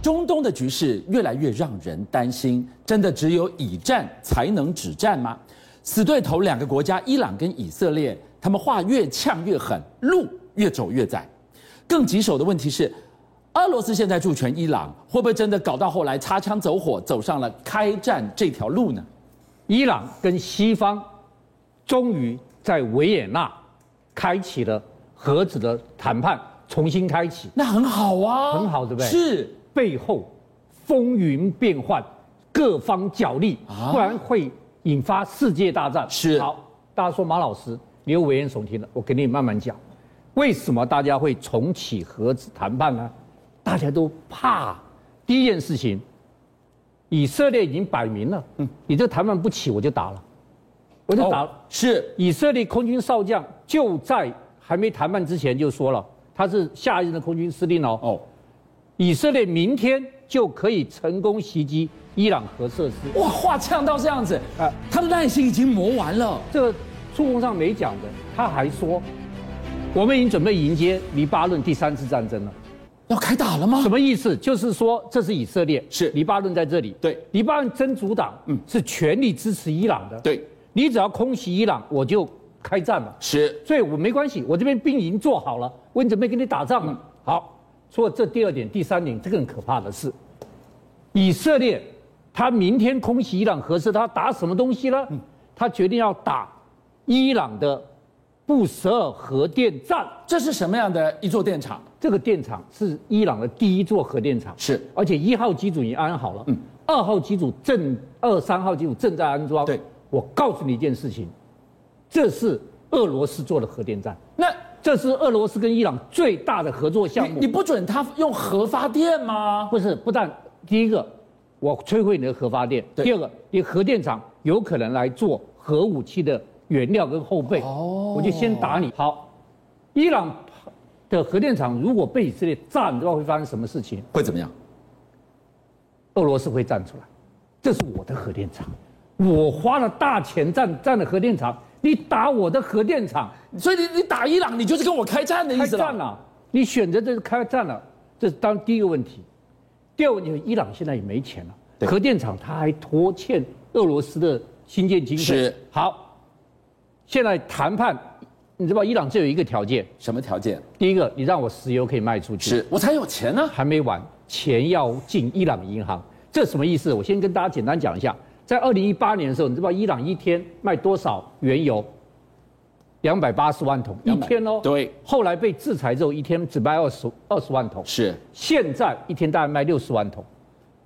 中东的局势越来越让人担心，真的只有以战才能止战吗？死对头两个国家，伊朗跟以色列，他们话越呛越狠，路越走越窄。更棘手的问题是，俄罗斯现在驻权伊朗，会不会真的搞到后来擦枪走火，走上了开战这条路呢？伊朗跟西方终于在维也纳开启了核子的谈判，重新开启，那很好啊，很好对不对是，背后风云变幻，各方角力，不然会引发世界大战。啊是好，大家说马老师，你又危言耸听了，我给你慢慢讲，为什么大家会重启核子谈判呢？大家都怕。第一件事情，以色列已经摆明了，嗯，你这谈判不起，我就打了，我就打了。哦是以色列空军少将就在还没谈判之前就说了，他是下一任的空军司令哦。哦，以色列明天就可以成功袭击伊朗核设施。哇，话呛到这样子啊，他的耐心已经磨完了。这个触碰上没讲的，他还说，我们已经准备迎接黎巴嫩第三次战争了。要开打了吗什？么意思？就是说这是以色列，是黎巴嫩在这里。对黎巴嫩真主党，嗯，是全力支持伊朗的。，对，你只要空袭伊朗，我就开战了。是所以我没关系，我这边兵已经做好了，我准备跟你打仗了。好，除了这第二点，第三点，这更可怕的是，以色列他明天空袭伊朗核试，他打什么东西嗯呢？他决定要打伊朗的布什尔核电站。这是什么样的一座电厂？这个电厂是伊朗的第一座核电厂，是而且一号机组已经安好了，嗯，二号机组正二三号机组正在安装。对，我告诉你一件事情，这是俄罗斯做的核电站。那这是俄罗斯跟伊朗最大的合作项目。你你不准他用核发电吗？不是不但第一个，我摧毁你的核发电；对第二个，你核电厂有可能来做核武器的原料跟后备。哦，我就先打你。好，伊朗的核电厂如果被以色列炸，你知道会发生什么事情？会怎么样？俄罗斯会站出来，这是我的核电厂，我花了大钱占占了核电厂，你打我的核电厂，所以你你打伊朗，你就是跟我开战的意开思战了。了，你选择这是开战了，这是当第一个问题。第二个问题，伊朗现在也没钱了，对核电厂它还拖欠俄罗斯的新建经费。是好，现在谈判，你知道伊朗只有一个条件，什么条件？第一个你让我石油可以卖出去，是我才有钱呢、还没完，钱要进伊朗银行，这什么意思？我先跟大家简单讲一下，在二零一八年的时候，你知道伊朗一天卖多少原油？两百八十万桶一200天哦。对，后来被制裁之后，一天只卖二十二十万桶，是，现在一天大概卖六十万桶，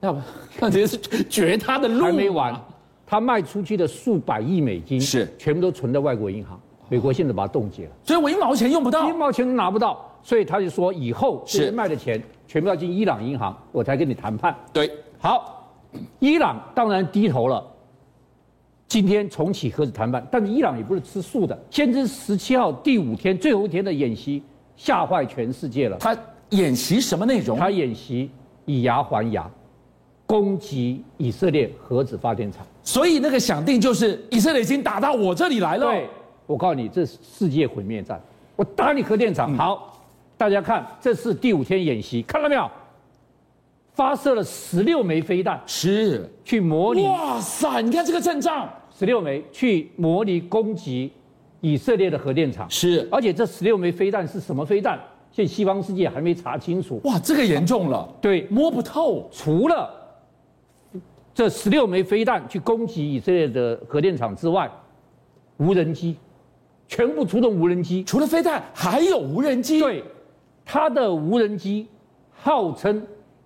要不， 那直接是绝他的路。啊还没完，他卖出去的数百亿美金是哦全部都存在外国银行，美国现在把它冻结了。所以我一毛钱用不到一。毛钱都拿不到，所以他就说以后这些是卖的钱全部要进伊朗银行，我才跟你谈判。对，好，伊朗当然低头了。今天重启核子谈判，但是伊朗也不是吃素的。先知十七号第五天最后一天的演习吓坏全世界了。他演习什么内容？他演习以牙还牙，攻击以色列核子发电厂。所以那个想定就是以色列已经打到我这里来了。对，，我告诉你，这是世界毁灭战，我打你核电厂。好，大家看，这是第五天演习，看到没有？发射了十六枚飞弹是。去模拟哇塞，你看这个阵仗十六枚去模拟攻击以色列的核电厂，是而且这十六枚飞弹是什么飞弹？现在西方世界还没查清楚。哇，这个严重了，对，摸不透。除了这十六枚飞弹去攻击以色列的核电厂之外，无人机全部出动无人机。除了飞弹，还有无人机。，对，它的无人机号称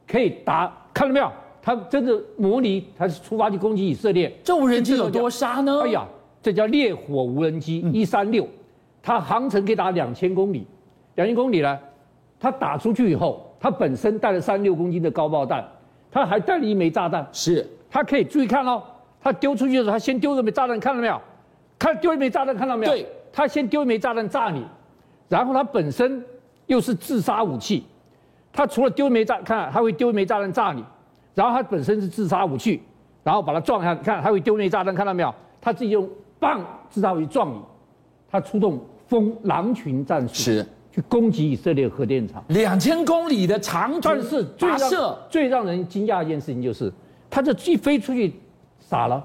可以达，看到没有？它真的模拟，它是出发去攻击以色列。这无人机有多杀呢？哎呀，这叫烈火无人机一三六，它航程可以达两千公里，两千公里呢，它打出去以后，它本身带了三六公斤的高爆弹，它还带了一枚炸弹，是它可以注意看哦，它丢出去的时候，它先丢一枚炸弹，看到没有？看丢一枚炸弹，看到没有？对，它先丢一枚炸弹炸你，然后它本身又是自杀武器，它除了丢一枚炸，看它会丢一枚炸弹炸你，然后它本身是自杀武器，然后把它撞下，看它会丢一枚炸弹，看到没有？它自己用棒自杀武器撞你，它出动风狼群战术，是去攻击以色列核电厂。两千公里的长途但是最发让射，最让人惊讶的一件事情就是，它这一飞出去傻了，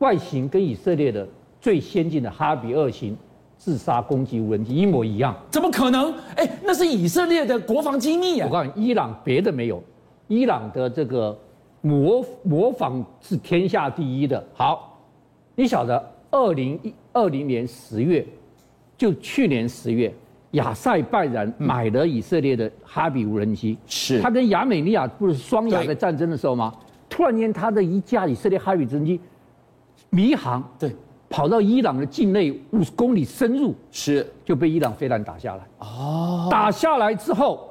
外形跟以色列的最先进的哈比二型自杀攻击无人机一模一样。怎么可能？哎，那是以色列的国防机密啊我！告诉你，伊朗别的没有，伊朗的这个模模仿是天下第一的。好，你晓得，二零一二零年十月，就去年十月，亚塞拜然买了以色列的哈比无人机，是他跟亚美尼亚不是双亚对在战争的时候吗？突然间，他的一架以色列哈比无人机迷航，对，跑到伊朗的境内五十公里深入，是就被伊朗飞弹打下来。哦，打下来之后，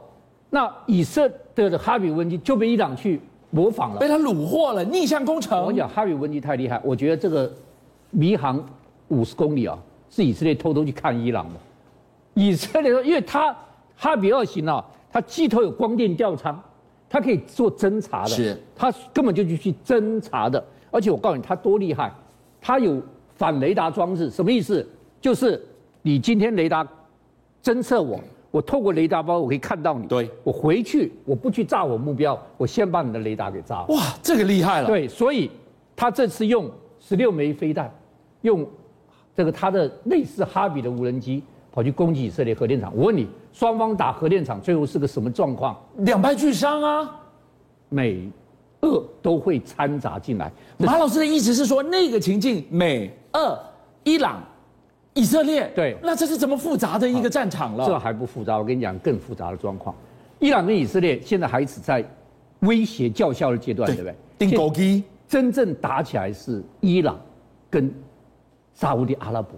那以色列的哈比文基就被伊朗去模仿了被。他虏获了，逆向工我跟程你。讲，哈比文基太厉害，我觉得这个迷航五十公里啊，是以色列偷偷去看伊朗的。以色列说，因为他哈比二型啊，它机头有光电吊舱，它可以做侦查的，是它根本就去去侦查的。而且我告诉你，它多厉害，它有反雷达装置，什么意思？就是你今天雷达侦测我，我透过雷达包我可以看到你，对我回去我不去炸我目标，我先把你的雷达给炸了。哇，这个厉害了！对，所以他这次用十六枚飞弹，用这个他的类似哈比的无人机跑去攻击以色列核电厂。我问你，双方打核电厂最后是个什么状况？两败俱伤啊！美、俄都会掺杂进来。这马老师的意思是说，那个情境，美、俄、伊朗、以色列，对那这是怎么复杂的一个战场这了？还不复杂，我跟你讲更复杂的状况。伊朗跟以色列现在还只在威胁叫嚣的阶段，对不对？定现狗机真正打起来是伊朗跟沙乌地阿拉伯。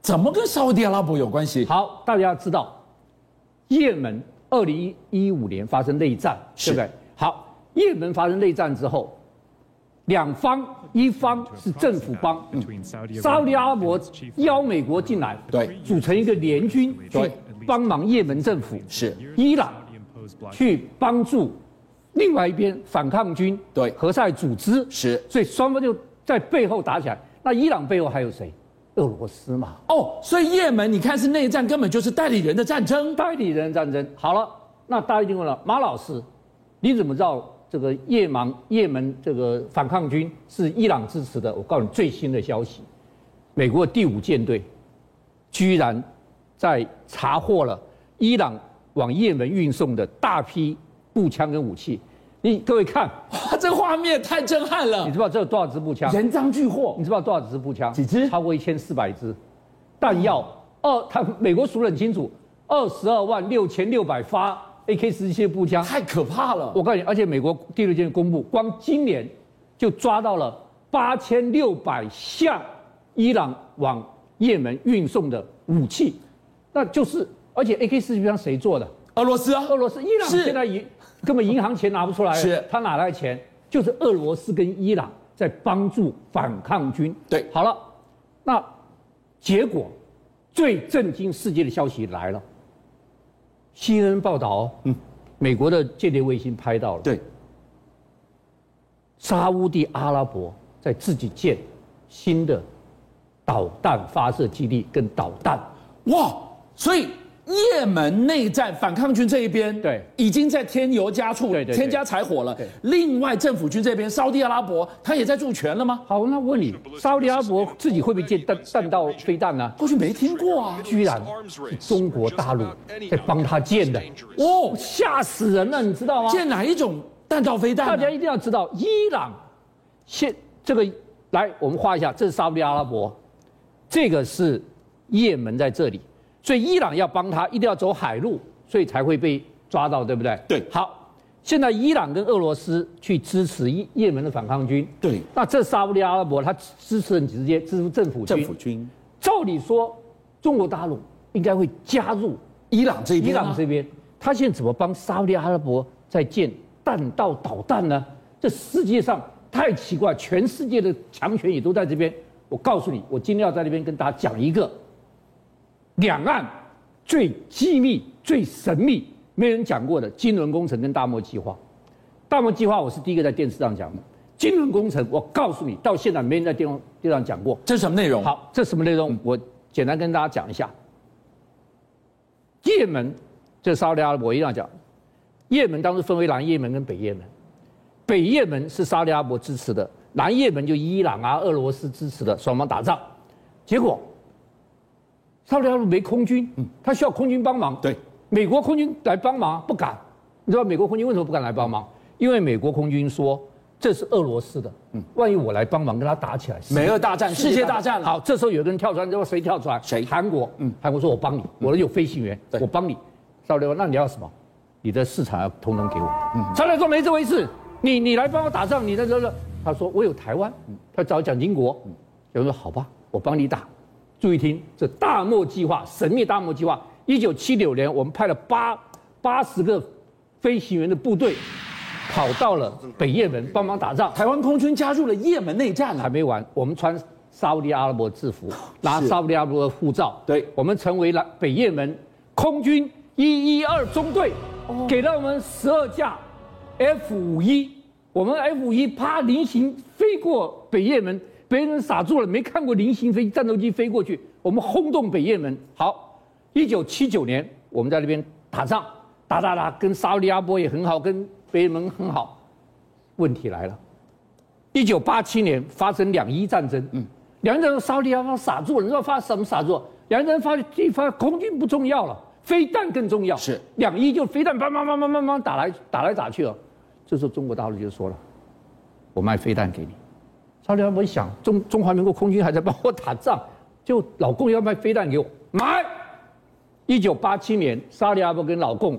怎么跟沙特阿拉伯有关系？好，大家知道，也门二零一五年发生内战，是对不对？好，也门发生内战之后，两方一方是政府帮，沙沙特特阿阿拉拉伯伯邀邀美国进来，对组成一个联军对去帮忙也门政府，是伊朗去去帮助另外一边反抗军，对何塞组织，是所以双方就在背后打起来。那伊朗背后还有谁？俄罗斯嘛。哦，所以也门你看是内战，根本就是代理人的战争。代理人战争。好了，那大家一定问了，马老师，你怎么知道这个也门也门这个反抗军是伊朗支持的？我告诉你最新的消息，美国第五舰队居然在查获了伊朗往也门运送的大批步枪跟武器。你各位看，哇，这画面太震撼了你，知道这有多少支步枪？人赃俱获你。知道多少支步枪？几支超过一千四百支，弹药二，他美国数得很清楚，二十二万六千六百发 AK 四七步枪。太可怕了！我告诉你，而且美国第六舰队公布，光今年就抓到了八千六百项伊朗往也门运送的武器，那就是而且 AK 四七步枪谁做的？俄罗斯啊，俄罗斯、伊朗是现在银根本银行钱拿不出来了，是他哪来的钱？就是俄罗斯跟伊朗在帮助反抗军。对好了，那结果最震惊世界的消息来了。新闻报道、哦，嗯，美国的间谍卫星拍到了对，沙乌地阿拉伯在自己建新的导弹发射基地跟导弹，哇，所以也门内战反抗军这一边，对已经在添油加醋，对对对添加柴火了对。另外，政府军这边，沙地阿拉伯他也在助拳了吗？好，那问你，沙特阿拉伯自己会不会建弹弹道飞弹呢、过去没听过啊，居然是中国大陆在帮他建的，哦，吓死人了，你知道吗？建哪一种弹道飞弹啊、大家一定要知道，伊朗现这个来，我们画一下，这是沙特阿拉伯，这个是也门在这里，所以伊朗要帮他，一定要走海路，所以才会被抓到，对不对？对好，现在伊朗跟俄罗斯去支持也也门的反抗军，对那这沙特阿拉伯他支持很直接，支持政府军，政府军，照理说，中国大陆应该会加入伊朗这伊边、啊，朗这边，他现在怎么帮沙特阿拉伯在建弹道导弹呢？这世界上太奇怪，全世界的强权也都在这边。我告诉你，我今天要在那边跟大家讲一个两岸最机密、最神秘、没人讲过的金轮工程跟大漠计划。大漠计划我是第一个在电视上讲的，金轮工程我告诉你，到现在没人在电话电视上讲过。这是什么内容？，好，这什么内容？我简单跟大家讲一下。也门这沙特阿拉伯一定要讲，也门当时分为南也门跟北也门，北也门是沙特阿拉伯支持的，南也门就伊朗啊、俄罗斯支持的，双方打仗，结果沙特阿拉伯没空军，他需要空军帮忙，对，美国空军来帮忙不敢，你知道美国空军为什么不敢来帮忙？因为美国空军说这是俄罗斯的，万一我来帮忙跟他打起来，美俄大战，世界大战了。好，这时候有个人跳船，你知道谁跳船？谁韩国。嗯，韩国说我帮你，我有飞行员，对我帮你。沙特说那你要什么？你的市场要通通给我。嗯沙特说没这回事，你你来帮我打仗，你那那那。他说我有台湾，嗯他找蒋经国。有人说好吧，我帮你打。注意听，这大漠计划，神秘大漠计划。一九七九年，我们派了八八十个飞行员的部队，跑到了北也门帮忙打仗。台湾空军加入了也门内战还了，没完，我们穿沙特阿拉伯制服，拿沙特阿拉伯的护照，对我们成为了北也门空军一一二中队，给了我们十二架 F 五一，我们 F 五一啪菱形飞过北也门，北也门傻住了，没看过菱形飞战斗机飞过去，我们轰动北也门。好，一九七九年我们在那边打仗，打打打，跟沙特阿拉伯也很好，跟北也门很好，问题来了。一九八七年发生两伊战争，嗯，两伊战争沙特阿拉伯傻住了，你知道发生什么傻住了？两伊战争发地方空军不重要了，飞弹更重要。是两伊就飞弹梆梆梆梆梆梆打来打来打去了，这时候中国大陆就说了，我卖飞弹给你。沙特阿拉伯一想，中中华民国空军还在帮我打仗，就老共要卖飞弹给我，买。一九八七年，沙特阿拉伯跟老共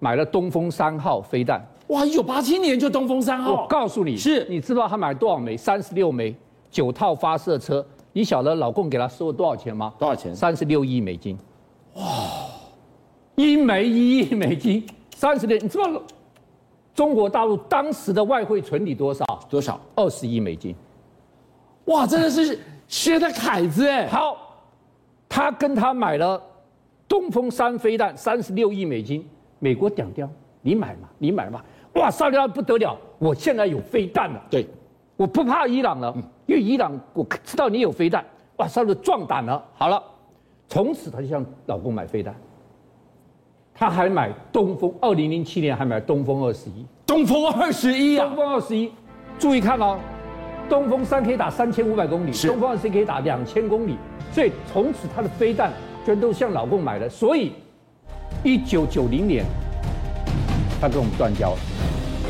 买了东风三号飞弹，哇！一九八七年就东风三我号，告诉你，哦是你知道他买多少枚？三十六枚，九套发射车。你晓得老共给他收了多少钱吗？多少钱三十六亿美金。哇，一枚一亿美金，三十六，你知道中国大陆当时的外汇存底多少？多少？二十亿美金。哇，真的是薛的凯子哎！好，他跟他买了东风三飞弹三十六亿美金，美国屌屌，你买嘛，你买嘛，哇，沙特阿拉伯不得了，我现在有飞弹了。对，我不怕伊朗了，因为伊朗我知道你有飞弹，哇，稍微壮胆了。好了，从此他就向老公买飞弹，他还买东风，二零零七年还买东风二十一，东风二十一啊东，风二十一，注意看哦，东风三可以打三千五百公里，是东风二十一可以打两千公里，所以从此他的飞弹全都向老公买了，所以一九九零年他跟我们断交了。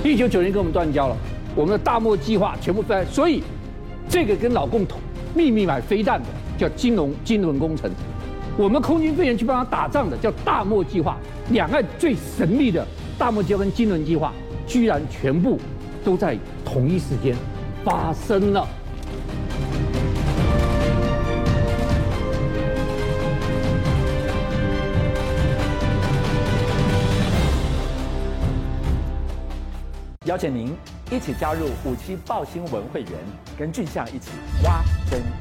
一九九零跟我们断交了，我们的大漠计划全部在，所以这个跟老共同秘密买飞弹的叫金融金融工程，我们空军飞行员去帮他打仗的叫大漠计划，两岸最神秘的大漠计划跟金融计划，居然全部都在同一时间发生了。邀请您一起加入五七报新闻会员，跟俊相一起挖真相。